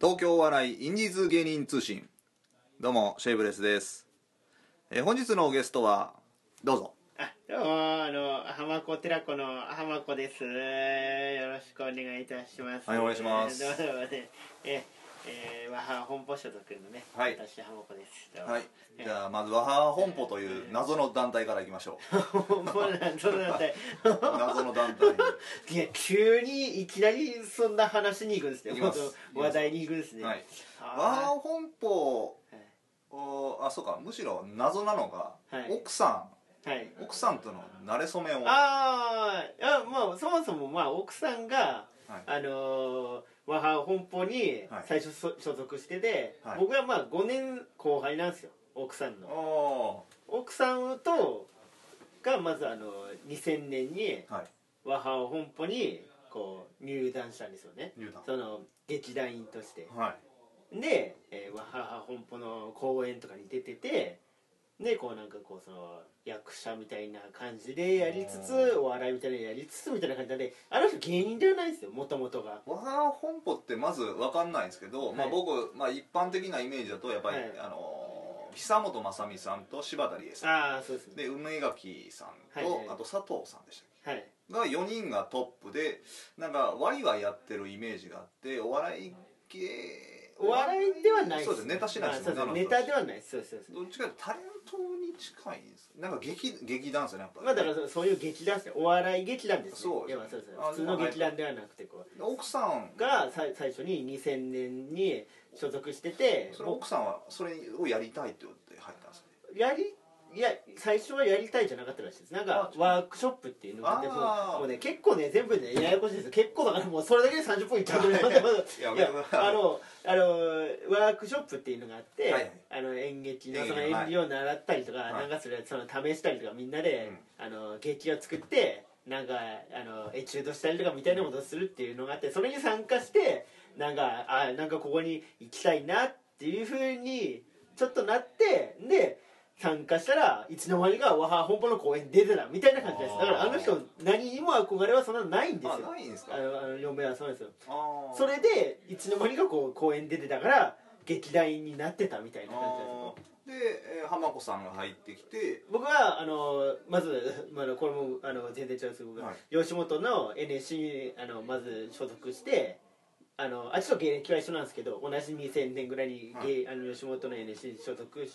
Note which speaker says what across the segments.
Speaker 1: 東京お笑いインディーズ芸人通信どうもシェイブレスです、えー本日のゲストはどうぞ
Speaker 2: あ どうもあの浜子寺子の浜子ですよろしくお願いいたします
Speaker 1: はいお願いします
Speaker 2: どうもねええー、和ハ本舗所属のね、
Speaker 1: はい
Speaker 2: 私浜子ですどうも
Speaker 1: はいじゃあまず和ハ本舗という謎の団体からいきましょ う
Speaker 2: 本舗なんそうなんだよ
Speaker 1: 謎の団体
Speaker 2: いや急にいきなりそんな話に行くんですね
Speaker 1: 行きます
Speaker 2: 本当話題に行くんですね
Speaker 1: はい和ハ
Speaker 2: あ
Speaker 1: 本舗
Speaker 2: ー
Speaker 1: おあそうかむしろ謎なのが、
Speaker 2: はい
Speaker 1: 奥さ
Speaker 2: はい、はい
Speaker 1: ん奥さんとの馴れ初めを
Speaker 2: あーあまあそもそもまあ奥さんが、
Speaker 1: はい
Speaker 2: あのー和ハ本舗に
Speaker 1: はい
Speaker 2: 最初そ所属してて、
Speaker 1: はい
Speaker 2: 僕はまあ5年後輩なんですよ奥さんの
Speaker 1: お
Speaker 2: 奥さんとがまずあのー2000年に
Speaker 1: ーはい
Speaker 2: 和ハ本舗にこう入団したんですよね
Speaker 1: 入団
Speaker 2: その劇団員として
Speaker 1: はい
Speaker 2: で、えー、わはは本舗の公演とかに出ててでこうなんかこうその役者みたいな感じでやりつつ
Speaker 1: うん
Speaker 2: お笑いみたいなのやりつつみたいな感じなんであの人芸人ではないんですよもともとが
Speaker 1: 和ハ本舗ってまず分かんないんですけど、まあ、
Speaker 2: はい
Speaker 1: 僕、まあ、一般的なイメージだとやっぱり、
Speaker 2: はい
Speaker 1: あのー久本雅美さんと柴田理恵さ
Speaker 2: ああそうです
Speaker 1: ん
Speaker 2: ね
Speaker 1: で梅垣さんと、
Speaker 2: はいはい
Speaker 1: あと佐藤さんでしたっ
Speaker 2: はい
Speaker 1: けが4人がトップでなんかワイワイやってるイメージがあってお笑い系
Speaker 2: お笑いではない
Speaker 1: そうですネタしない
Speaker 2: で
Speaker 1: ですす
Speaker 2: ね
Speaker 1: ね
Speaker 2: まあそうですねネタではないですそうですそうです
Speaker 1: どっちかというとタレントに近いんですなんか劇劇団ですよねやっぱり
Speaker 2: まあだからそそういう劇団ですよお笑い劇団ですね
Speaker 1: そうですね
Speaker 2: いやまあそうですね
Speaker 1: あ
Speaker 2: 普通の劇団ではなくてこう
Speaker 1: 奥さん
Speaker 2: がさい最初に2000年に所属してて
Speaker 1: それ奥さんはそれをやりたいって言って入ったんですね
Speaker 2: やりいや最初はやりたいじゃなかったらしいですなんか
Speaker 1: あ
Speaker 2: ワークショップっていうのがあってもう
Speaker 1: あー
Speaker 2: もうね結構ね全部ねややこしいです結構だからもうそれだけで30分いっちゃうぐらいまだま だ
Speaker 1: いや
Speaker 2: いや
Speaker 1: 僕は
Speaker 2: あのあのワークショップっていうのがあって、
Speaker 1: はい
Speaker 2: あの演劇の
Speaker 1: 演劇
Speaker 2: そ
Speaker 1: の
Speaker 2: の演技を習ったりとか、
Speaker 1: はい
Speaker 2: なんかそれその試したりとかみんなで、あの劇を作ってなんかあのエチュードしたりとかみたいなことをするっていうのがあってそれに参加してなんかあなんかここに行きたいなっていうふうにちょっとなってで参加したらいつの間にかわは本舗の公演に出てたみたいな感じですだからあの人何にも憧れはそんなのないんです
Speaker 1: あ
Speaker 2: よ
Speaker 1: ないんですか
Speaker 2: あのあの嫁はそうなんですよ
Speaker 1: あー
Speaker 2: それでいつの間にかこう公演出てたから劇団員になってたみたいな感じなんですよ
Speaker 1: あーで、えー、浜子さんが入ってきて
Speaker 2: 僕はあのまず、まあ、これもあの全然違うんですけど、
Speaker 1: はい
Speaker 2: 吉本の NSC にあのまず所属してあのあっちと芸歴は一緒なんですけど同じ2000年ぐらいに、
Speaker 1: は
Speaker 2: 芸あの吉本の NSC に所属し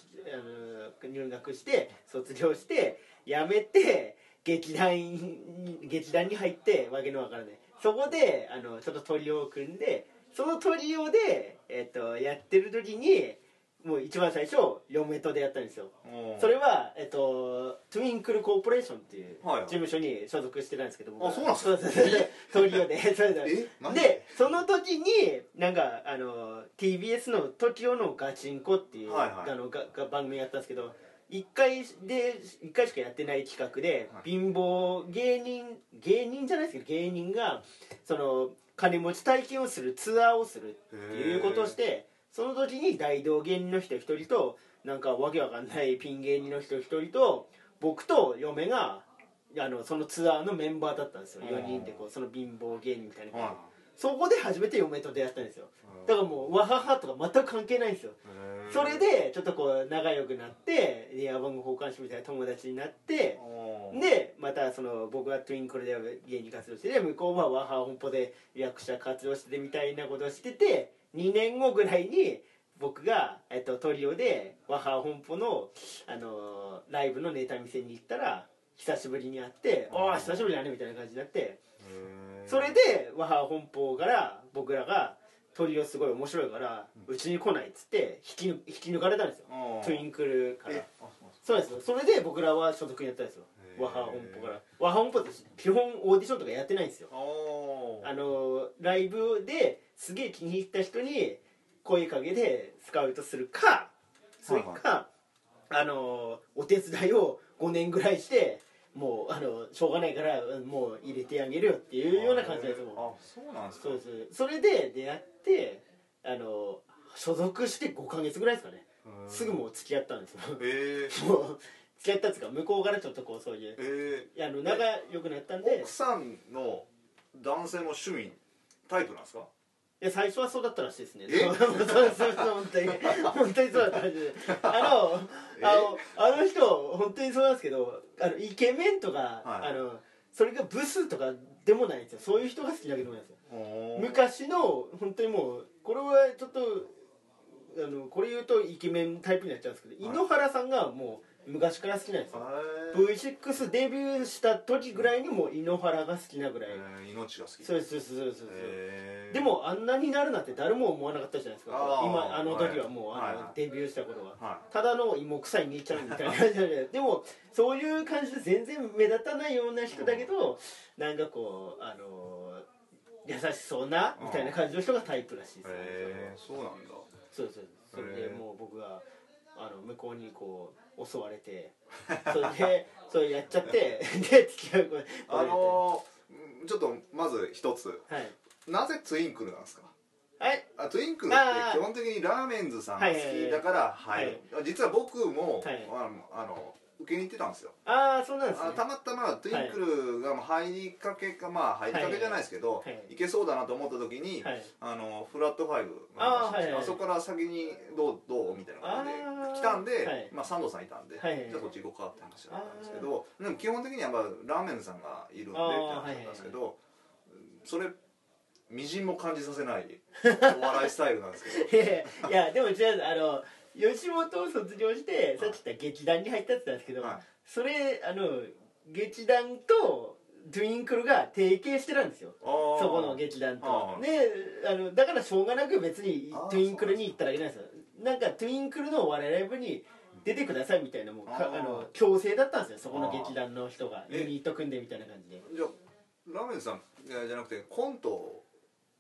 Speaker 2: あの入学して卒業して辞めて劇団に劇団に入ってわけのわからないそこであのちょっとトリオを組んでそのトリオで、えっと、やってる時にもう一番最初嫁と出会ったんですよそれは、えっと、トゥインクルコーポレーションっていう
Speaker 1: はい
Speaker 2: 事務所に所属してたんですけど、僕は
Speaker 1: あそうなんですか
Speaker 2: そうそうそうトリオで そうそう
Speaker 1: えマジ
Speaker 2: でその時になんかあの TBS の「TOKIO のガチンコ」っていう、
Speaker 1: はいはい
Speaker 2: あのがが番組やったんですけど1回で一回しかやってない企画で、
Speaker 1: はい
Speaker 2: 貧乏芸人芸人じゃないですけど芸人がその金持ち体験をするツアーをする
Speaker 1: へ
Speaker 2: って
Speaker 1: ー
Speaker 2: いうことをしてその時に大道芸人の人一人となんかわけわかんないピン芸人の人一人と僕と嫁があのそのツアーのメンバーだったんですよ
Speaker 1: うん
Speaker 2: 4人でこうその貧乏芸人みたいな、
Speaker 1: は
Speaker 2: そこで初めて嫁と出会ったんですよ
Speaker 1: い
Speaker 2: だからもうわははとか全く関係ないんですよ
Speaker 1: へー
Speaker 2: それでちょっとこう仲良くなって電話番号交換してみたいな友達になって
Speaker 1: おー
Speaker 2: でまたその僕はトゥインクルで芸人活動してて向こうはワハ本舗で役者活動しててみたいなことをしてて2年後ぐらいに僕が、えっと、トリオでワハ本舗の、あのーライブのネタ見せに行ったら久しぶりに会って「
Speaker 1: うん
Speaker 2: おお久しぶりだね」みたいな感じになって
Speaker 1: へー
Speaker 2: それでワハ本舗から僕らが「トリオすごい面白いからうちに来ない」っつって引き引き抜かれたんですよ
Speaker 1: おー
Speaker 2: トゥインクルから
Speaker 1: え。あそうなんです
Speaker 2: そうですよそれで僕らは所属になったんですよ
Speaker 1: へー
Speaker 2: 和ハ本舗から和ハ本舗って基本オーディションとかやってないんですよ
Speaker 1: かおー
Speaker 2: あのライブですげえ気に入った人に声かけでスカウトするかそれか、あのお手伝いを5年ぐらいしてもうあのしょうがないからもう入れてあげるよっていうような感じなんですよ
Speaker 1: あそうなんですか
Speaker 2: そうですそれで出会ってあの所属して5ヶ月ぐらいですかねすぐもう付き合ったんですよ
Speaker 1: うへー
Speaker 2: もう付き合ったんですか向こうからちょっとこうそういう
Speaker 1: え
Speaker 2: あの仲良くなったん
Speaker 1: ー
Speaker 2: で
Speaker 1: 奥さんの男性の趣味タイプなんですか
Speaker 2: いや最初はそうだったらしいですね
Speaker 1: え
Speaker 2: そうそうそうそう本当に本当にそうだったらしいですあの
Speaker 1: え
Speaker 2: あのあの人本当にそうなんですけどあのイケメンとか、
Speaker 1: はい
Speaker 2: あのそれがブスとかでもないんですよそういう人が好きなわけでもないんですよ昔の本当にもうこれはちょっとあのこれ言うとイケメンタイプになっちゃうんですけど、
Speaker 1: はい
Speaker 2: 井ノ原さんがもう昔から好きなんですよ、
Speaker 1: へ
Speaker 2: V6 デビューした時ぐらいにもう井ノ原が好きなぐらい、
Speaker 1: え命が好き
Speaker 2: そうですそうですそうですそうです
Speaker 1: へえ
Speaker 2: でもあんなになるなんて誰も思わなかったじゃないですか
Speaker 1: あー
Speaker 2: 今あの時はもう、
Speaker 1: はい
Speaker 2: あの
Speaker 1: はい
Speaker 2: デビューした頃は
Speaker 1: は
Speaker 2: ただの芋臭い兄ちゃんみたいな感 じででもそういう感じで全然目立たないような人だけどなんかこうあの優しそうなみたいな感じの人がタイプらしい
Speaker 1: い
Speaker 2: ですね
Speaker 1: へえそうなんだ
Speaker 2: そうそうそれ
Speaker 1: へ
Speaker 2: で
Speaker 1: ー
Speaker 2: もう僕があの向こうにこう襲わ れてそれでそれやっちゃってで付き合うこれ
Speaker 1: あのー、ちょっとまず一つ
Speaker 2: はい
Speaker 1: なぜツインクルなんですか
Speaker 2: はい
Speaker 1: あツインクルって
Speaker 2: あー
Speaker 1: 基本的にラーメンズさんが好きだから
Speaker 2: い
Speaker 1: は
Speaker 2: はい
Speaker 1: い、実は僕も、
Speaker 2: はい
Speaker 1: あのあの受けに行ってたんですよ
Speaker 2: ああそうなんですね
Speaker 1: あたまたまトゥインクルがまあ入りかけかまあ入りかけじゃないですけど、
Speaker 2: はいいはい
Speaker 1: けそうだなと思った時に、
Speaker 2: はい
Speaker 1: あのフラットファイブ
Speaker 2: あーはいはい
Speaker 1: あそこから先にどうどうみたいな感じ
Speaker 2: あー
Speaker 1: で来たんで、
Speaker 2: はい
Speaker 1: まあ、サンドさんいたんで、
Speaker 2: はいはい
Speaker 1: じゃあそっち行こうかって話だったんですけどでも基本的にはまあラーメンさんがいるんでって
Speaker 2: あー
Speaker 1: 話だったんですけど、それみじんも感じさせ ないお笑いスタイルなんですけど
Speaker 2: いやいやいやでも違うあの吉本を卒業してさっき言った劇団に入ったって言ったんですけど、
Speaker 1: はい
Speaker 2: それあの劇団とドゥインクルが提携してたんですよ
Speaker 1: あー
Speaker 2: そこの劇団と
Speaker 1: あー
Speaker 2: であのだからしょうがなく別に
Speaker 1: あー
Speaker 2: トゥインクルに行っただけなんですよなんかトゥインクルのお笑いライブに出てくださいみたいなもうか
Speaker 1: あー
Speaker 2: あの強制だったんですよそこの劇団の人が
Speaker 1: あーえ
Speaker 2: ユニット組んでみたいな感じで
Speaker 1: じゃあラーメンさんいやじゃなくてコントを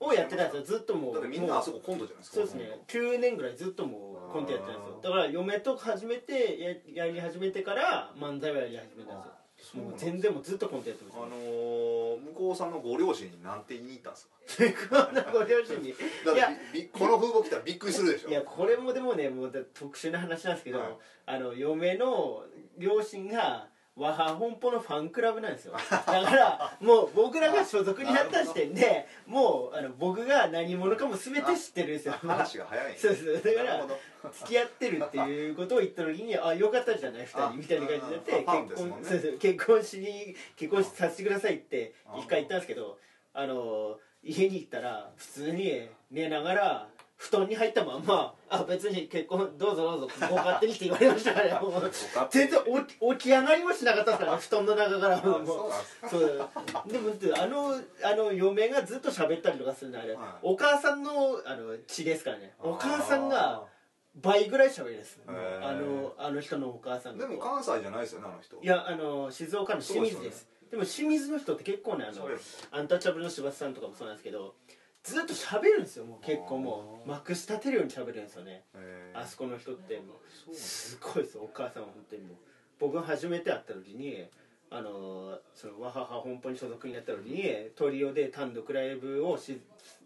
Speaker 2: をやってたんですよずっともう
Speaker 1: だってみんなあそ
Speaker 2: もう
Speaker 1: こコントじゃないですか
Speaker 2: そうですね9年ぐらいずっともうコントやってたんですよだから嫁と始めてややり始めてから漫才をやり始めたんで
Speaker 1: そう
Speaker 2: すよ
Speaker 1: なん
Speaker 2: もう
Speaker 1: ですね
Speaker 2: 全然もうずっとコントやってま
Speaker 1: あ
Speaker 2: し
Speaker 1: のー、向こうさんのご両親に何て言いに行ったんですか
Speaker 2: た こんなご両親にい
Speaker 1: だっ
Speaker 2: や
Speaker 1: てびびこの風貌来たらびっくりするでしょ
Speaker 2: いやこれもでもねもうだ特殊な話なんですけど、
Speaker 1: はい
Speaker 2: あの嫁の両親が和ハ本舗のファンクラブな んですよだからもう僕らが所属になった時点でもうあの僕が何者かも全て知ってるんで すよ
Speaker 1: 話が早いね
Speaker 2: そうそうだから
Speaker 1: なるほど
Speaker 2: 付き合ってるっていうことを言った時に「あよかったじゃない二
Speaker 1: あ
Speaker 2: 人」みたいな感じになって
Speaker 1: あファンで
Speaker 2: 結
Speaker 1: す
Speaker 2: 婚
Speaker 1: もんね
Speaker 2: そうそう結婚しに結婚させてくださいって
Speaker 1: あ
Speaker 2: 一回言ったんですけどあの家に行ったら普通に寝ながら布団に入ったまんま「あ別に結婚どうぞどうぞご勝手に」って言われましたか らもう
Speaker 1: 勝手に
Speaker 2: 全然起き起き上がりもしなかったから布団の中か
Speaker 1: あ
Speaker 2: らもう
Speaker 1: そうなんですか
Speaker 2: そうでもであのあの嫁がずっと喋ったりとかするのあれ、
Speaker 1: はい
Speaker 2: お母さんのあの血ですからねお母さんが倍ぐらい喋るです
Speaker 1: へー
Speaker 2: あのあの人のお母さん
Speaker 1: で
Speaker 2: の
Speaker 1: も関西じゃないですよねあの人
Speaker 2: いやあの静岡の清水
Speaker 1: そう
Speaker 2: で
Speaker 1: ですす
Speaker 2: でも清水の人って結構ねあ
Speaker 1: そ
Speaker 2: の
Speaker 1: れ
Speaker 2: アンタッチャブルの柴田さんとかもそうなんですけどずっと喋るんですよもう結構もうまくし立てるように喋るんですよね
Speaker 1: えー
Speaker 2: あそこの人ってもう
Speaker 1: そうなんだ
Speaker 2: すごいですお母さんは本当にもう僕が初めて会った時にあのーそのわはは本舗に所属になった時にトリオで単独ライブをし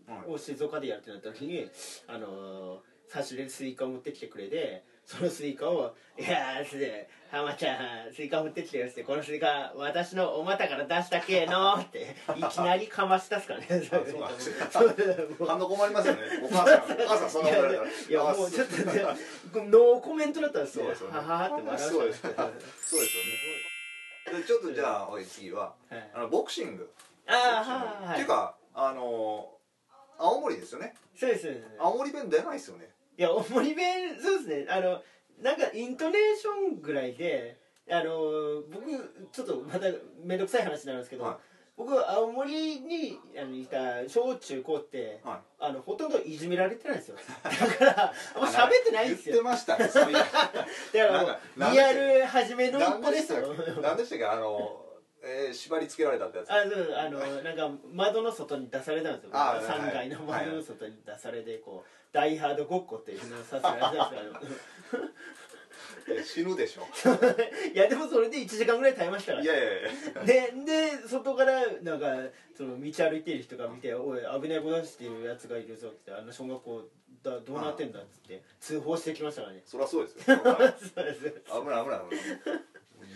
Speaker 1: はい
Speaker 2: を静岡でやるってなった時にあのー差し入れでスイカを持ってきてくれてそのスイカを「いやーすで浜ちゃんスイカ持ってきてよ」って「このスイカ私のお股から出したけえの」っていきなりかまし出すからね
Speaker 1: あそうなんですね
Speaker 2: そうもう
Speaker 1: 反応困りますよねお母さんお母さんそん
Speaker 2: い
Speaker 1: なこと
Speaker 2: や
Speaker 1: 言わ
Speaker 2: い
Speaker 1: れたら
Speaker 2: やいや
Speaker 1: あ
Speaker 2: もうちょっと
Speaker 1: そう
Speaker 2: ねノーコメントだったんです
Speaker 1: そう
Speaker 2: よ
Speaker 1: ですよね
Speaker 2: ははーって笑
Speaker 1: そう
Speaker 2: う
Speaker 1: で
Speaker 2: し
Speaker 1: す
Speaker 2: か
Speaker 1: よね
Speaker 2: ない
Speaker 1: そうですよねでちょっとじゃあおい次は
Speaker 2: はい
Speaker 1: あのボクシング
Speaker 2: ああはい
Speaker 1: っていうかあのー、青森ですよね
Speaker 2: そうですそうです
Speaker 1: 青森弁出ないですよね
Speaker 2: いや大森弁そうですねあのなんかイントネーションぐらいであの僕ちょっとまた面倒くさい話になるんですけど、
Speaker 1: は
Speaker 2: 僕青森にあのいた小中高って、
Speaker 1: はい
Speaker 2: あのほとんどいじめられてないんですよだからもう喋ってないんです
Speaker 1: 言
Speaker 2: よ
Speaker 1: ってましたねそういや
Speaker 2: だからも
Speaker 1: なんか
Speaker 2: うリアル初めの
Speaker 1: 何
Speaker 2: 一
Speaker 1: で
Speaker 2: 歩で
Speaker 1: し
Speaker 2: す
Speaker 1: たっ
Speaker 2: よ
Speaker 1: け何でしたっけあの、えー、縛り付けられたってやつ
Speaker 2: あそうですあのなんか窓の外に出されたんですよ
Speaker 1: あはい
Speaker 2: 3階の窓の外に出されてこう「ダイハードごっこ」っていうのをさせられたんですよあの
Speaker 1: いや死ぬでしょ
Speaker 2: いやでもそれで1時間ぐらい耐えましたから
Speaker 1: いやいやいや
Speaker 2: でで外からなんかその道歩いてる人が見て「おい危ないことしてるやつがいるぞ」って言って「あの小学校だどうなってんだ」っつって通報してきました からね
Speaker 1: そりゃそうですよ危ない
Speaker 2: そうです
Speaker 1: 危ない危ない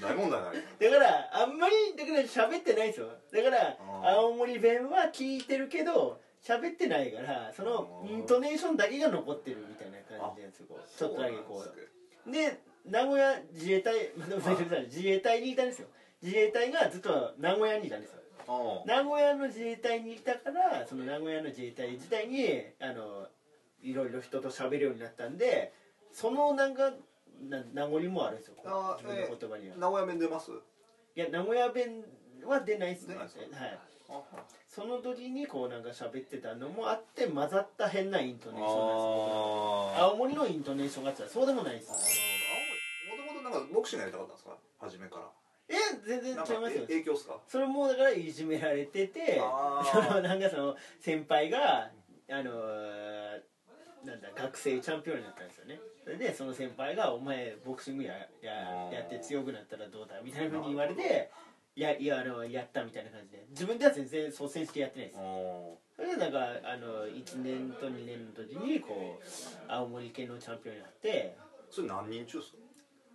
Speaker 1: 大問題ない
Speaker 2: だからあんまりだから喋ってないんですよだから
Speaker 1: あー
Speaker 2: 青森弁は聞いてるけど喋ってないからそのイントネーションだけが残ってるみたいな感じのやつこうちょっとだけこうで名古屋自衛隊 まあでも最初から自衛隊にいたんですよ自衛隊がずっと名古屋にいたんですよ
Speaker 1: あ
Speaker 2: 名古屋の自衛隊にいたからその名古屋の自衛隊自体にあのいろいろ人と喋るようになったんでそのなんかな名残もあるんですよ
Speaker 1: あー
Speaker 2: 自分の言葉には、
Speaker 1: 名古屋弁出ます
Speaker 2: いや名古屋弁は出ないっすね
Speaker 1: 出ないっすか
Speaker 2: はい
Speaker 1: ああ
Speaker 2: その時にこうなんか喋ってたのもあって混ざった変なイントネーションなんですよ
Speaker 1: あ
Speaker 2: 青森のイントネーションがあったらそうでもないです
Speaker 1: もともとなんかボクシングやりたかったんですか初めか
Speaker 2: え全然違い
Speaker 1: らな
Speaker 2: ま
Speaker 1: んか
Speaker 2: すよ
Speaker 1: え影響っすか
Speaker 2: それもだからいじめられてて
Speaker 1: あ
Speaker 2: そ
Speaker 1: ー
Speaker 2: のなんかその先輩があのーなんだ学生チャンピオンになったんですよねそれでその先輩が「お前ボクシングやや
Speaker 1: あー
Speaker 2: やって強くなったらどうだ」みたいなふうに言われて「いやいやあのやった」みたいな感じで自分では全然率先してやってないですそれでなんかあの1年と2年の時にこう青森県のチャンピオンになって
Speaker 1: それ何人中っすか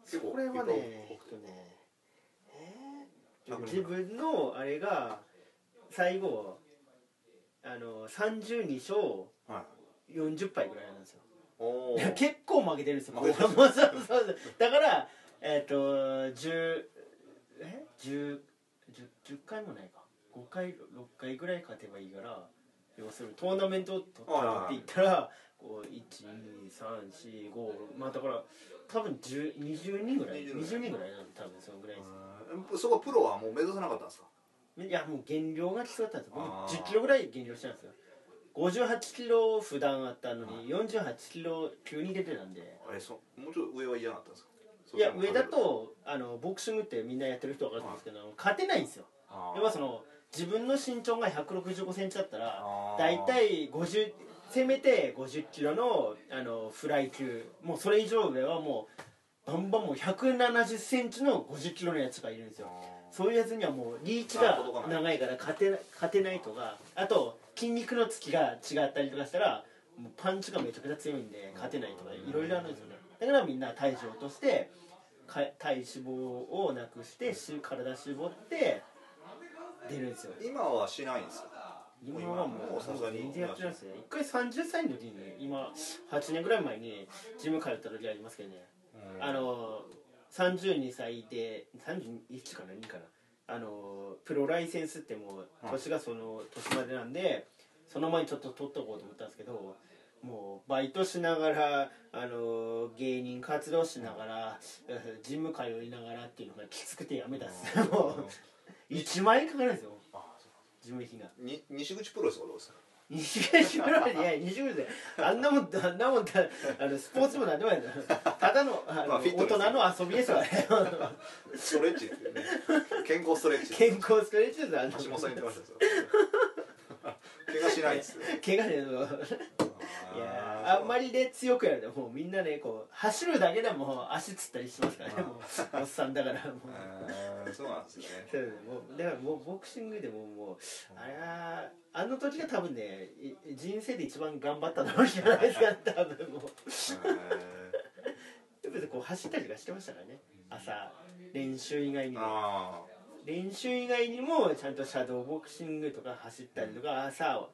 Speaker 1: 結構
Speaker 2: これはねえ
Speaker 1: 結
Speaker 2: っとねえ
Speaker 1: 100
Speaker 2: ー
Speaker 1: 人
Speaker 2: 自分のあれが最後あの32勝
Speaker 1: 構はい
Speaker 2: 40敗ぐらいなんですよ
Speaker 1: お
Speaker 2: いや
Speaker 1: ー
Speaker 2: 結構負けてるんですよ
Speaker 1: 負けてる
Speaker 2: もう そうそうそうだからえっ、と10え10 10 10回もないか5回6回ぐらい勝てばいいから要するにトーナメントを取ったって言ったら12345まあだから多分10 20人ぐらい
Speaker 1: 20
Speaker 2: 20人ぐらいなの多分そのぐらいで
Speaker 1: うんそこはプロはもう目指さなかったんですか
Speaker 2: すいやもう減量がきつかったんですよ僕
Speaker 1: あー
Speaker 2: 10キロぐらい減量したんですよ58キロ普段あったのに48キロ急に出てたんで
Speaker 1: えそもうちょっと上は嫌だったんですか
Speaker 2: いや上だとあのボクシングってみんなやってる人は分かるんですけど、勝てないんですよ
Speaker 1: あー
Speaker 2: 要はその自分の身長が1 6 5ンチだったら
Speaker 1: あー
Speaker 2: 大体50せめて5 0キロのあのフライ級もうそれ以上上はもうバンバンもう1 7 0ンチの5 0キロのやつがいるんですよそういうやつにはもうリーチが長いから勝てな勝てないとかあと筋肉のつきが違ったりとかしたらもうパンチがめちゃくちゃ強いんで勝てないとかいろいろあるんですよねだからみんな体重を落としてか体脂肪をなくしてし体絞って出るんですよ
Speaker 1: 今はしないんですか
Speaker 2: 今はもう全然やってないですね一回30歳の時に今8年ぐらい前にジム通った時ありますけどねあの32歳で31かな2かなあのプロライセンスってもう
Speaker 1: うん
Speaker 2: 年がその年までなんでその前にちょっと取っとこうと思ったんですけどもうバイトしながらあの芸人活動しながらうんジム通いながらっていうのがきつくてやめたっすもう1万円かかるんですよ
Speaker 1: あそ
Speaker 2: 事務費が
Speaker 1: うに西口プロレスはどうですか
Speaker 2: 西口プロレスいや西口であんなもんあんなもんだあのスポーツもなんでもないですただのあの、
Speaker 1: まあフィット
Speaker 2: 大
Speaker 1: ネス
Speaker 2: 人の遊びですよあれ
Speaker 1: ストレッチですよね健康ストレッチです
Speaker 2: 健康ストレッチですあの
Speaker 1: 橋本さん言ってましたよ怪我しないですね
Speaker 2: 怪我でそういやあんま
Speaker 1: り
Speaker 2: りね強くやるともうみんなねこう走るだけでもう足つったりしてますからねもうおっさんだからもう
Speaker 1: そうなんですね
Speaker 2: そうですねもうだからもうボクシングでももうあれはあの時が多分ねい人生で一番頑張った時じゃないですか多分もう別にこう走ったりとかしてましたからね朝練習以外にも
Speaker 1: あ
Speaker 2: 練習以外にもちゃんとシャドーボクシングとか走ったりとか朝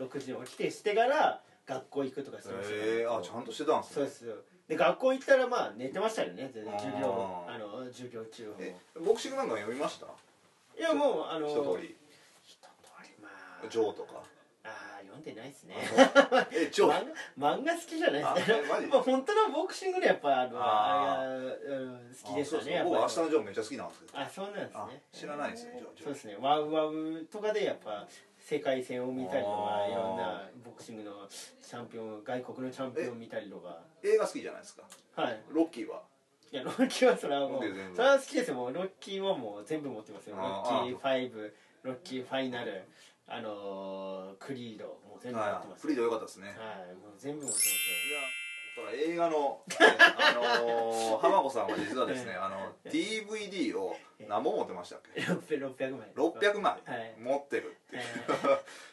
Speaker 2: 6時に起きてしてから学校行くとかしてましたから
Speaker 1: えあちゃんとしてたんです
Speaker 2: そう
Speaker 1: ね
Speaker 2: ですよで学校行ったらまあ寝てましたよね全然
Speaker 1: あー
Speaker 2: 授業あの授業中も
Speaker 1: えボクシング漫画読みました
Speaker 2: いやもうあの
Speaker 1: 一通り
Speaker 2: 一通りま
Speaker 1: 「
Speaker 2: あ
Speaker 1: ジョー」とか
Speaker 2: あー読んでないですね
Speaker 1: えジョ
Speaker 2: 漫
Speaker 1: ー
Speaker 2: 画漫画好きじゃないです
Speaker 1: あえ マジ
Speaker 2: ねまあ本当のボクシングのやっぱあの
Speaker 1: あ
Speaker 2: あれがうん好きでしたね
Speaker 1: あ
Speaker 2: やっ
Speaker 1: そうそう僕「明
Speaker 2: ぱ
Speaker 1: 日のジョー」めっちゃ好きなんですけど
Speaker 2: あそうなんです
Speaker 1: あ
Speaker 2: ね
Speaker 1: 知らないですねジョー
Speaker 2: そうで
Speaker 1: ジ
Speaker 2: すねワウワウとかでやっぱ世界戦を見たりとか
Speaker 1: あー
Speaker 2: いろんなボクシングのチャンピオン外国のチャンピオンを見たりとか
Speaker 1: ョー映画好きじゃないですか
Speaker 2: はい
Speaker 1: ロッキーはい
Speaker 2: やロッキーはそれはも
Speaker 1: ロ
Speaker 2: う
Speaker 1: ッキー全部
Speaker 2: それは好きですよもうロッキーはもう全部持ってますよロ
Speaker 1: あ
Speaker 2: ッ
Speaker 1: ー
Speaker 2: キー5ロッキーファイナルあのークリードもう全部持っ
Speaker 1: は
Speaker 2: てま
Speaker 1: い
Speaker 2: す
Speaker 1: フリー
Speaker 2: は
Speaker 1: ド
Speaker 2: い
Speaker 1: 良かったですね
Speaker 2: もう全部持ってます
Speaker 1: じゃあここから映画の、えあのー、浜子さんは実はです ね、あの DVD を何本持ってましたっけ
Speaker 2: よ600枚
Speaker 1: 600枚
Speaker 2: はい
Speaker 1: 持ってるっていう、
Speaker 2: え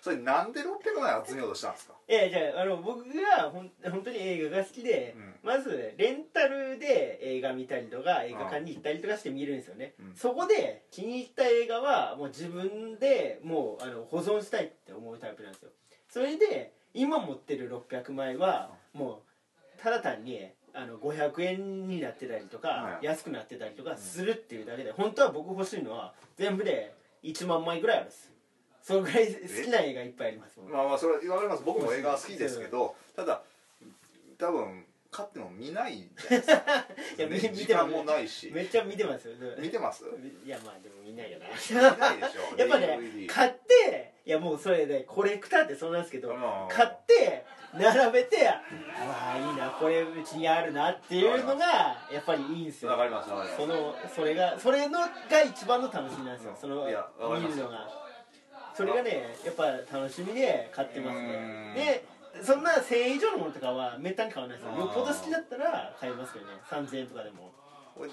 Speaker 1: それなんで600枚集めようとしたんですか、
Speaker 2: えじゃああの僕がほん本当に映画が好きで、
Speaker 1: うん
Speaker 2: まずレンタルで映画見たりとか映画館に行ったりとかして見るんですよね、
Speaker 1: うん
Speaker 2: そこで気に入った映画はもう自分でもうあの保存したいって思うタイプなんですよそれで今持ってる600枚はもうただ単にあの500円になってたりとか、
Speaker 1: はい
Speaker 2: 安くなってたりとかするっていうだけで本当は僕欲しいのは全部で1万枚ぐらいあるんですそのぐらい好きな映画いっぱいありますもん
Speaker 1: まあまあそれわかります僕も映画は好きですけどただ多分買っても見ないじゃないですか
Speaker 2: いや見
Speaker 1: ね
Speaker 2: 見
Speaker 1: 時
Speaker 2: てま
Speaker 1: 間
Speaker 2: す
Speaker 1: もない し
Speaker 2: めっちゃ見て ますよ
Speaker 1: 見て ます
Speaker 2: いやまあでも見ないよな
Speaker 1: 見 ないでしょ
Speaker 2: やっぱね
Speaker 1: DVD
Speaker 2: 買っていやもうそれねコレクターってそんなんですけど
Speaker 1: うん
Speaker 2: 買って並べてああいいなこれうちにあるなっていうのがやっぱりいいんですよ
Speaker 1: わかりますわかります
Speaker 2: そのそれがそれのが一番の楽しみなんですよ
Speaker 1: うん
Speaker 2: その
Speaker 1: いやわかり
Speaker 2: 見
Speaker 1: ます
Speaker 2: るのがそれがねやっぱ楽しみで買ってます
Speaker 1: うん
Speaker 2: ねでそんな1000円以上のものとかはめったに買わないですよ
Speaker 1: あー
Speaker 2: よっぽど好きだったら買いますけどね3000円とかでも
Speaker 1: これ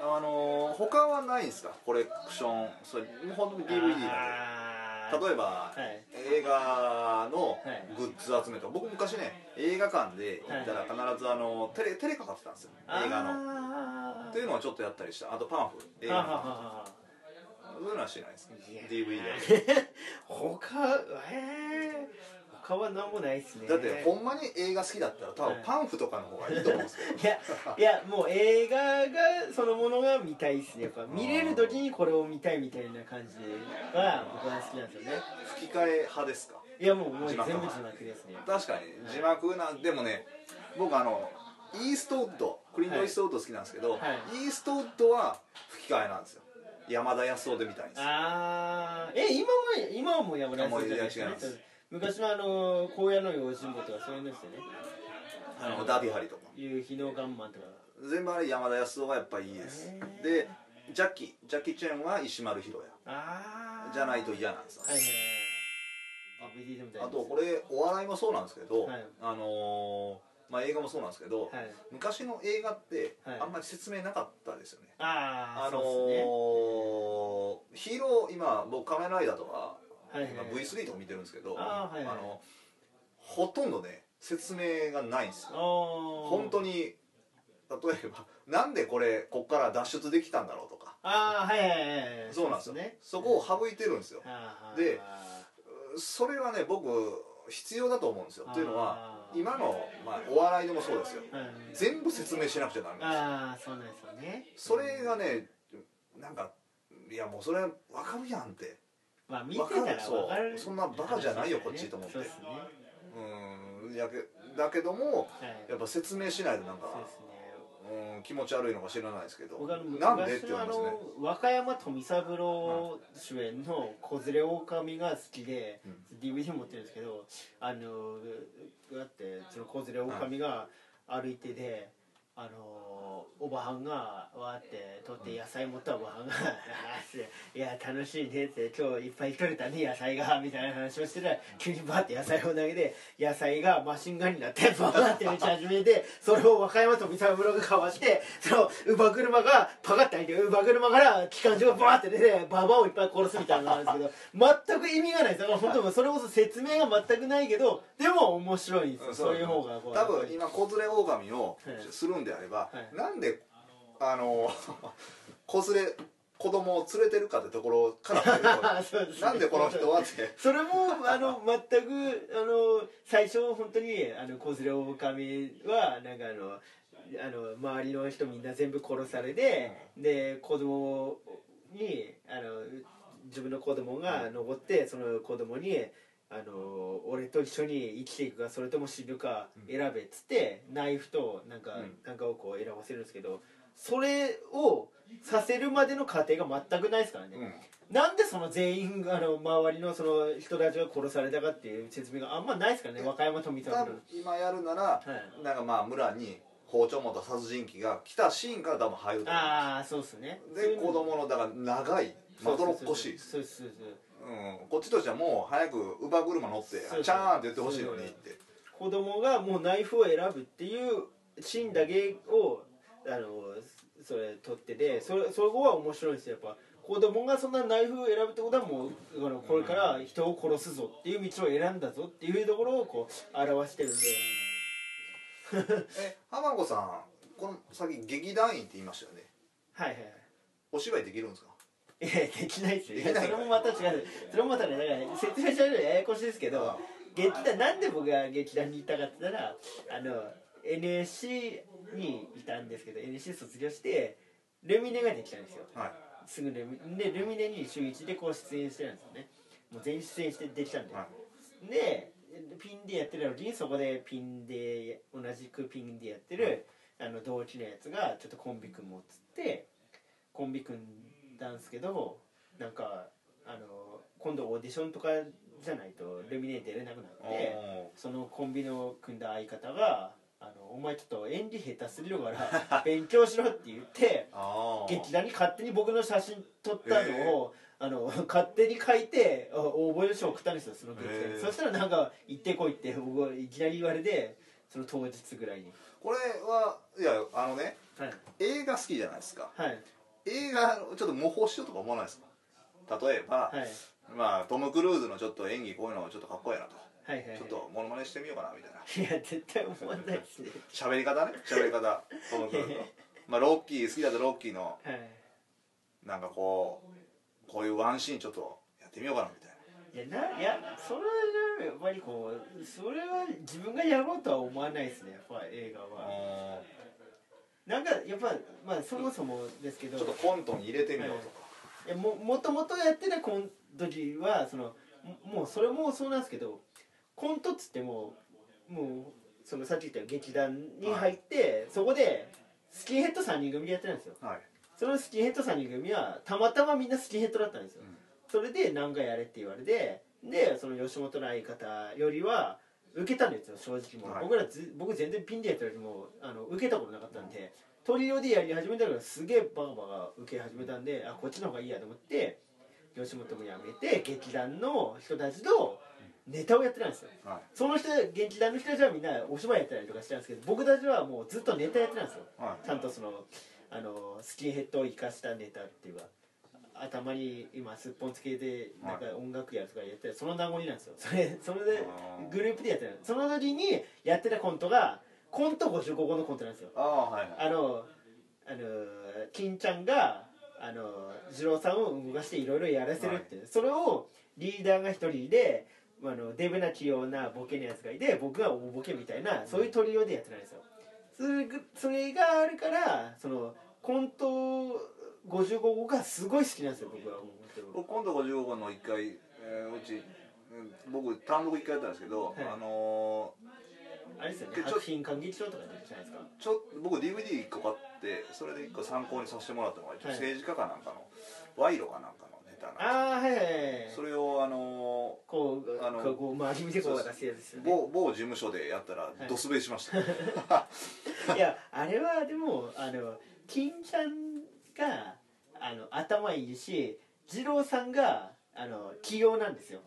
Speaker 1: あのー他はないんですかコレクションそれ本当に DVD だ
Speaker 2: あ
Speaker 1: け
Speaker 2: ー
Speaker 1: 例えば、
Speaker 2: はい
Speaker 1: 映画の
Speaker 2: はい
Speaker 1: グッズ集めとか僕昔ね映画館で行ったら必ずあのテレテレかかってたんですよ映画の
Speaker 2: の
Speaker 1: というのはちょっとやったりしたあとパンフ映
Speaker 2: はは
Speaker 1: 画
Speaker 2: は
Speaker 1: のパン
Speaker 2: は
Speaker 1: フそういうのはしてないですね
Speaker 2: いや
Speaker 1: DVD だけ
Speaker 2: 他えー、他は何もないっすね
Speaker 1: だってほんまに映画好きだったら多分パンフとかの方がいいと思うんですけ
Speaker 2: いやいやもう映画がそのものが見たいっすねやっぱ見れる時にこれを見たいみたいな感じが僕は好きなんですよね
Speaker 1: ど吹き替え派ですか
Speaker 2: いやもうもう
Speaker 1: 字
Speaker 2: 全部
Speaker 1: 幕
Speaker 2: 字
Speaker 1: は
Speaker 2: 幕ですね
Speaker 1: 確かに字幕なんでもね僕あのイーストウッドクリント・イーストウッド好きなんですけど、
Speaker 2: はいは
Speaker 1: イーストウッドは吹き替えなんですよ山田康夫で見たいんですよ
Speaker 2: ああえ今も今はもうやめない
Speaker 1: もういや
Speaker 2: です
Speaker 1: 違い
Speaker 2: ね
Speaker 1: ます
Speaker 2: 昔のあの荒野の用心棒とかそういうのですよね
Speaker 1: あのダービーハリーとか
Speaker 2: 夕日のガンマンとか
Speaker 1: 全部あれ山田康夫がやっぱいいです
Speaker 2: へー
Speaker 1: でジャッキージャッキー・チェンは石丸裕
Speaker 2: あ
Speaker 1: 也
Speaker 2: あ
Speaker 1: じゃないと嫌なんですよ、
Speaker 2: はいはいはい DVD でも大
Speaker 1: あ
Speaker 2: 丈
Speaker 1: と
Speaker 2: 夫
Speaker 1: これお笑いもそうなんですけど、
Speaker 2: はい
Speaker 1: あのーまあ映画もそうなんですけど、
Speaker 2: はい
Speaker 1: 昔の映画って
Speaker 2: はい
Speaker 1: あんまり説明なかったですよね、
Speaker 2: あ
Speaker 1: あ
Speaker 2: あ
Speaker 1: のー
Speaker 2: そうですね
Speaker 1: ヒーロー今僕仮面ライダーとか、
Speaker 2: はいはい
Speaker 1: 今 V3 とか見てるんですけど
Speaker 2: あーはいはい
Speaker 1: のほとんどね説明がないんですよ
Speaker 2: 本
Speaker 1: 本当に例えばなんでこれこっから脱出できたんだろうとか
Speaker 2: ああはいはいはいはい
Speaker 1: そうなんですよそ
Speaker 2: ね
Speaker 1: こを省いてるんですよ
Speaker 2: あー
Speaker 1: で
Speaker 2: あ
Speaker 1: それはね僕必要だと思うんですよ
Speaker 2: あー
Speaker 1: というのは今の、まあ、お笑いでもそうですよ
Speaker 2: ーうん
Speaker 1: 全部説明しなくちゃダメなんですよ
Speaker 2: ああそうなんですよね
Speaker 1: それがねなんかいやもうそれわかるやんって
Speaker 2: まあ見てたら
Speaker 1: わかるそう
Speaker 2: わかる
Speaker 1: そんなバカじゃないよこっちと思って
Speaker 2: そうですねは
Speaker 1: うんやけだけども
Speaker 2: い
Speaker 1: やっぱ説明しないとなんか
Speaker 2: そうですね
Speaker 1: うん気持ち悪いのか知らないですけど
Speaker 2: 僕あの
Speaker 1: なんでっ
Speaker 2: 昔
Speaker 1: て
Speaker 2: の
Speaker 1: 思
Speaker 2: あ
Speaker 1: いますね
Speaker 2: の和歌山富三郎主演の「子連れ狼が好きで、
Speaker 1: うん
Speaker 2: DVD 持ってるんですけどあのだってその子連れ狼が歩いてで、あのおばはんがわーって取って野菜持ったおばはんが「あーすいや楽しいね」って「今日いっぱい取れたね野菜が」みたいな話をしてたら急にバーって野菜を投げて野菜がマシンガンになってバーって打ち始めてそれを和歌山と三沢村がかわしてその乳母車がパカッて開いて乳母車から機関銃がバーって出てババアをいっぱい殺すみたいなのなんですけど全く意味がないですだから本当もうそれこそ説明が全くないけどでも面白いんですよ、
Speaker 1: ん
Speaker 2: そういう方がこう
Speaker 1: 多分今子連れ狼を
Speaker 2: はい
Speaker 1: するんであれば、
Speaker 2: はい
Speaker 1: なんであの 子連れ子供を連れてるかってところから入ると
Speaker 2: そうですね
Speaker 1: なんでこの人はって
Speaker 2: それもあの全くあの最初本当にあの子連れ狼はなんかあのあの周りの人みんな全部殺されて、で子供にあの自分の子供が残って、その子供にあの俺と一緒に生きていくかそれとも死ぬか選べっつって、ナイフとなんか、
Speaker 1: うん
Speaker 2: なんかをこう選ばせるんですけどそれをさせるまでの過程が全くないですからね、
Speaker 1: うん
Speaker 2: なんでその全員あの周りのその人たちが殺されたかっていう説明があんまないですからね和歌山富三
Speaker 1: 多
Speaker 2: 郎
Speaker 1: 分今やるなら、
Speaker 2: い
Speaker 1: なんかまあ村に包丁持った殺人鬼が来たシーンから多分入ると思
Speaker 2: ああそうですね
Speaker 1: うで子供のだから長いまどろっこしいです
Speaker 2: そうそうそうそう
Speaker 1: うん、こっちとしてはもう早く乳母車乗って
Speaker 2: そう
Speaker 1: チャーンって言ってほしいのにって
Speaker 2: 子供がもうナイフを選ぶっていうシーンだけをあのそれ撮っててそれそこは面白いですよやっぱ子供がそんなナイフを選ぶってことはもうあのこれから人を殺すぞっていう道を選んだぞっていうところをこう表してるんで
Speaker 1: え浜子さんこの先劇団員って言いましたよね
Speaker 2: はいはいはい
Speaker 1: お芝居できるんですか
Speaker 2: いやできないですよ
Speaker 1: できない
Speaker 2: それもまた違うそれもまたねだから説明しないとややこしいですけど劇団なんで僕が劇団に行ったかって言ったらあの NSC にいたんですけど NSC 卒業してルミネができたんですよ
Speaker 1: はい
Speaker 2: すぐルミでルミネに週1でこう出演してるんですよねもう全員出演してできたんで、
Speaker 1: は
Speaker 2: でピンでやってるのにそこでピンで同じくピンでやってる、あの同期のやつがちょっとコンビ組もうっつってコンビ組んだんですけどなんかあの今度オーディションとかじゃないとルミネ出れなくなって
Speaker 1: お
Speaker 2: そのコンビの組んだ相方が「あのお前ちょっと演技下手すぎるから勉強しろ」って言って。
Speaker 1: ーあー
Speaker 2: 劇団に勝手に僕の写真撮ったのを、あの勝手に書いてあ応募書を送ったんですよその劇団に、
Speaker 1: へえ
Speaker 2: そしたらなんか行ってこいって僕はいきなり言われてその当日ぐらいに
Speaker 1: これはいやあのね
Speaker 2: はい、
Speaker 1: 映画好きじゃないですか
Speaker 2: はい
Speaker 1: 映画をちょっと模倣しようとか思わないですか例えば、
Speaker 2: はい、はい
Speaker 1: まあトム・クルーズのちょっと演技こういうのちょっとかっこいいなと、
Speaker 2: はいはい
Speaker 1: ちょっとモノマネしてみようかなみたいない
Speaker 2: や絶対思わな いですね
Speaker 1: 喋り方ね喋り方トム・クル ーズのまあロッキー好きだとロッキーの
Speaker 2: はい
Speaker 1: なんかこうこういうワンシーンちょっとやってみようかなみたいない
Speaker 2: やないやそれはやっぱりこうそれは自分がやろうとは思わないですねやっぱ映画は
Speaker 1: あ
Speaker 2: なんかやっぱまあそもそもですけ
Speaker 1: ー
Speaker 2: ど
Speaker 1: ちょっとコントに入れてみようとか、
Speaker 2: いやももともとやってたコント時はそのももうそれもそうなんですけどコントっつってももうそのさっき言った劇団に入って、そこでスキンヘッド3人組でやってたんですよ
Speaker 1: はい
Speaker 2: そのスキンヘッド3人組はたまたまみんなスキンヘッドだったんですよ、
Speaker 1: うん
Speaker 2: それで何かやれって言われてでその吉本の相方よりは受けたんですよ正直もう、
Speaker 1: はい
Speaker 2: 僕らず僕全然ピンでやったよりもあの受けたことなかったんで、トリオでやり始めたからすげえバカバカ受け始めたんであこっちの方がいいやと思って吉本もやめて劇団の人たちとネタをやってたんですよ
Speaker 1: は
Speaker 2: その人劇団の人たちはみんなお芝居やってたりとかしてたんですけど僕たちはもうずっとネタやってたんですよ
Speaker 1: いはい
Speaker 2: ちゃんとそのあのスキンヘッドを生かしたネタっていうか頭に今すっぽんつけてなんか音楽やるとかやってるその名残なんですよそれそれで
Speaker 1: あー
Speaker 2: グループでやってるその時にやってたコントがコント55個のコントなんですよ
Speaker 1: ああはいはい
Speaker 2: あのあの金ちゃんがあの二郎さんを動かしていろいろやらせるっていう、それをリーダーが一人であのデブな器用なボケのやつがいて僕が大ボケみたいなそういうトリオでやってないんですよそれぐそれがあるからそのコント55号がすごい好きなんですよ僕はもう本当に
Speaker 1: 僕今度55号の1回、えーうちうん僕単独1回やったんですけど、
Speaker 2: い
Speaker 1: あの
Speaker 2: あれですよね
Speaker 1: でちょ
Speaker 2: 作品感激賞とか出てるじゃないですか
Speaker 1: ーちょ僕 DVD1 個買ってそれで1個参考にさせてもらったのが、一応
Speaker 2: はい
Speaker 1: 政治家かなんかの賄賂かなんかのネタなんで
Speaker 2: ああはいはい
Speaker 1: す
Speaker 2: は
Speaker 1: そ
Speaker 2: い
Speaker 1: れをあの
Speaker 2: こう
Speaker 1: あの
Speaker 2: こうこう周り見てこう出すやつです
Speaker 1: ー
Speaker 2: よね
Speaker 1: 某某事務所でやったら
Speaker 2: い
Speaker 1: ドスベリしま した、
Speaker 2: いやあれはでもあの金ちゃんがあの頭いいし二郎さんがあの器用なんですよ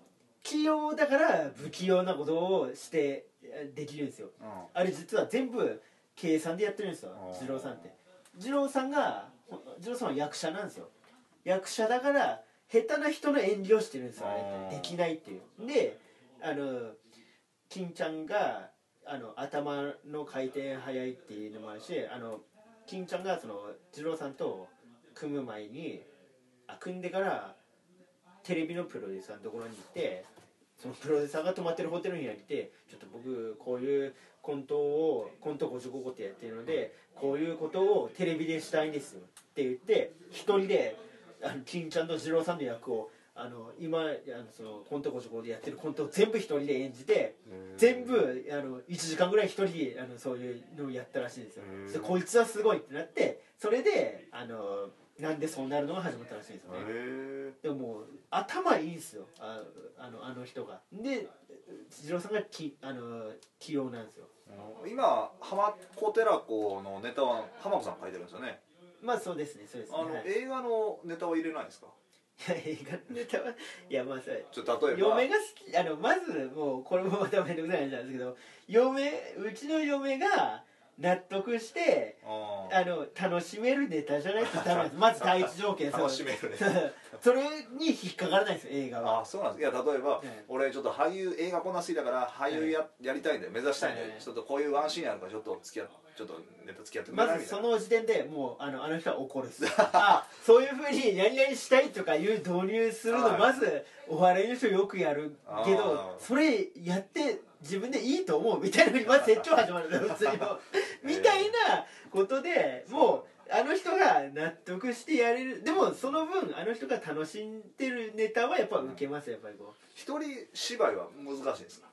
Speaker 2: 器用だから不器用なことをしてえできるんですよ
Speaker 1: うん
Speaker 2: あれ実は全部計算でやってるんですよ
Speaker 1: あー
Speaker 2: 二郎さんって二郎さんがほ二郎さんは役者なんですよ役者だから下手な人の演技をしてるんですよあれって
Speaker 1: あー
Speaker 2: できないっていうであの金ちゃんがあの頭の回転早いっていうのもあるしあの金ちゃんがその二郎さんと組む前にあ組んでからテレビのプロデューサーのところに行ってそのプロデューサーが泊まってるホテルに行ってちょっと僕こういうコントをコント55個ってやってるのでこういうことをテレビでしたいんですよって言って一人であの金ちゃんと二郎さんの役をあの今あのそのコント55でやってるコントを全部一人で演じて全部あの1時間ぐらい一人であのそういうのをやったらしいんですよ
Speaker 1: へー
Speaker 2: そしてこいつはすごいってなってそれであのなんでそうなるのが始まったらしいんですよね
Speaker 1: へー
Speaker 2: でももう頭いいんですよああのあの人がで次郎さんがきあの器用なんですよ
Speaker 1: あの今浜小寺子のネタは浜子さん書いてるんですよね
Speaker 2: まあそうですねそうです
Speaker 1: あ
Speaker 2: ね
Speaker 1: の、
Speaker 2: はい
Speaker 1: 映画のネタは入れないんですか
Speaker 2: いや映画のネ タはいやまあそれ
Speaker 1: ちょっと例えば
Speaker 2: 嫁が好きあのまずもうこれもまためんどくさい話なんですけど嫁うちの嫁が納得して
Speaker 1: うん
Speaker 2: あの楽しめるネタじゃないとダメな んですまず第一条件
Speaker 1: 楽しめるね
Speaker 2: そう それに引っかからないんですよ映画は
Speaker 1: あそうなんですいや例えば、
Speaker 2: ええ
Speaker 1: 俺ちょっと俳優映画こんな好きだから俳優や,、やりたいんで目指したいんで、
Speaker 2: ええ
Speaker 1: ちょっとこういうワンシーンあるからちょっと付き合っちょっとネタ付き合ってくれ
Speaker 2: ま
Speaker 1: ない
Speaker 2: ず
Speaker 1: みたい
Speaker 2: そ
Speaker 1: な
Speaker 2: の時点でもうあのあの人は怒 るっすあそういうふうに何々したいとかいう導入する
Speaker 1: は
Speaker 2: の
Speaker 1: い
Speaker 2: まずお笑いの人よくやるけど
Speaker 1: あー
Speaker 2: それやって自分でいいと思うみたいなふうにまず説教始まる んですよ普通にもうみたいなことでもうあの人が納得してやれるでもその分あの人が楽しんでるネタはやっぱ受けますやっぱりこう
Speaker 1: 一人芝居は難しいですか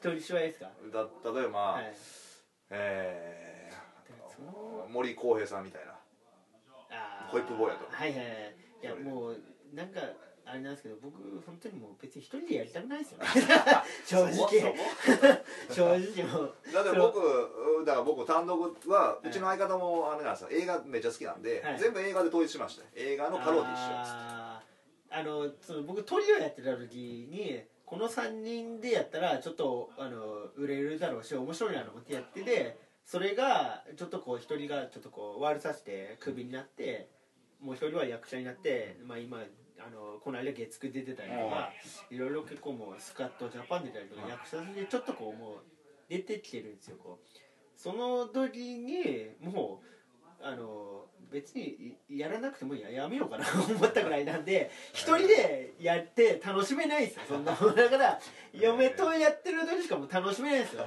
Speaker 2: 一人芝居ですか
Speaker 1: だ例えば、
Speaker 2: はい
Speaker 1: え
Speaker 2: そ
Speaker 1: ー、森公平さんみたいな
Speaker 2: あー
Speaker 1: ホイップ坊やと
Speaker 2: はいはいはいいやもうなんかあれなんですけど僕本当にもう別に一人でやりたくないですよね 正直
Speaker 1: そこそこ
Speaker 2: 正直もう
Speaker 1: だって
Speaker 2: そ
Speaker 1: 僕うんだから僕単独はうちの相方もあれなんですよ映画めっちゃ好きなんで、
Speaker 2: はい
Speaker 1: 全部映画で統一しましたよ映画のパロディしようっつって
Speaker 2: あーあのその僕トリオやってた時にこの3人でやったらちょっとあの売れるだろうし面白いなと思ってやっててそれがちょっとこう一人がちょっとこう悪さしてクビになってもう一人は役者になって、まあ、今あのこの間月9出てたりとかいろいろ結構もうスカットジャパン出たりとか
Speaker 1: うん
Speaker 2: 役者でちょっとこうもう出てきてるんですよこうその時にもうあの別にいやらなくてもいいややめようかな 思ったぐらいなんで一人でやって楽しめないですよそんな もんだから嫁とやってる時しかもう楽しめないですよ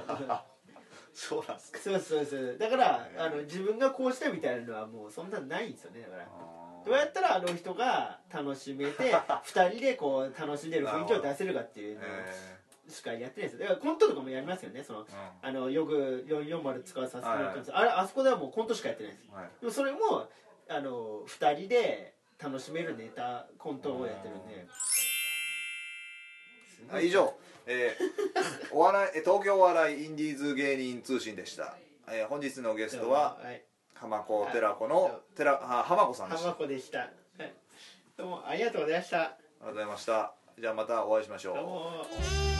Speaker 1: そうなんですか
Speaker 2: そうそうそうだからあの自分がこうしたみたいなのはもうそんなないんですよねだからどうやったらあの人が楽しめ て二人でこう楽しんでる雰囲気を出せるかっていうの
Speaker 1: え
Speaker 2: しかやってないですよだからコントとかもやりますよねその
Speaker 1: ーう
Speaker 2: あのよく440使わさせてもらってますあれあそこではもうコントしかやってないです
Speaker 1: んはい
Speaker 2: でもそれもあの2人で楽しめるネタコントをやってるんで
Speaker 1: あ以上、えーお笑いえー東京お笑いインディーズ芸人通信でした、えー本日のゲストは
Speaker 2: はい
Speaker 1: 浜子寺子の寺あ浜子さんでした
Speaker 2: 浜
Speaker 1: あ
Speaker 2: 子でしたはいどうもありがとうございました
Speaker 1: りがとうございましたじゃあまたお会いしましょ
Speaker 2: どう
Speaker 1: う
Speaker 2: も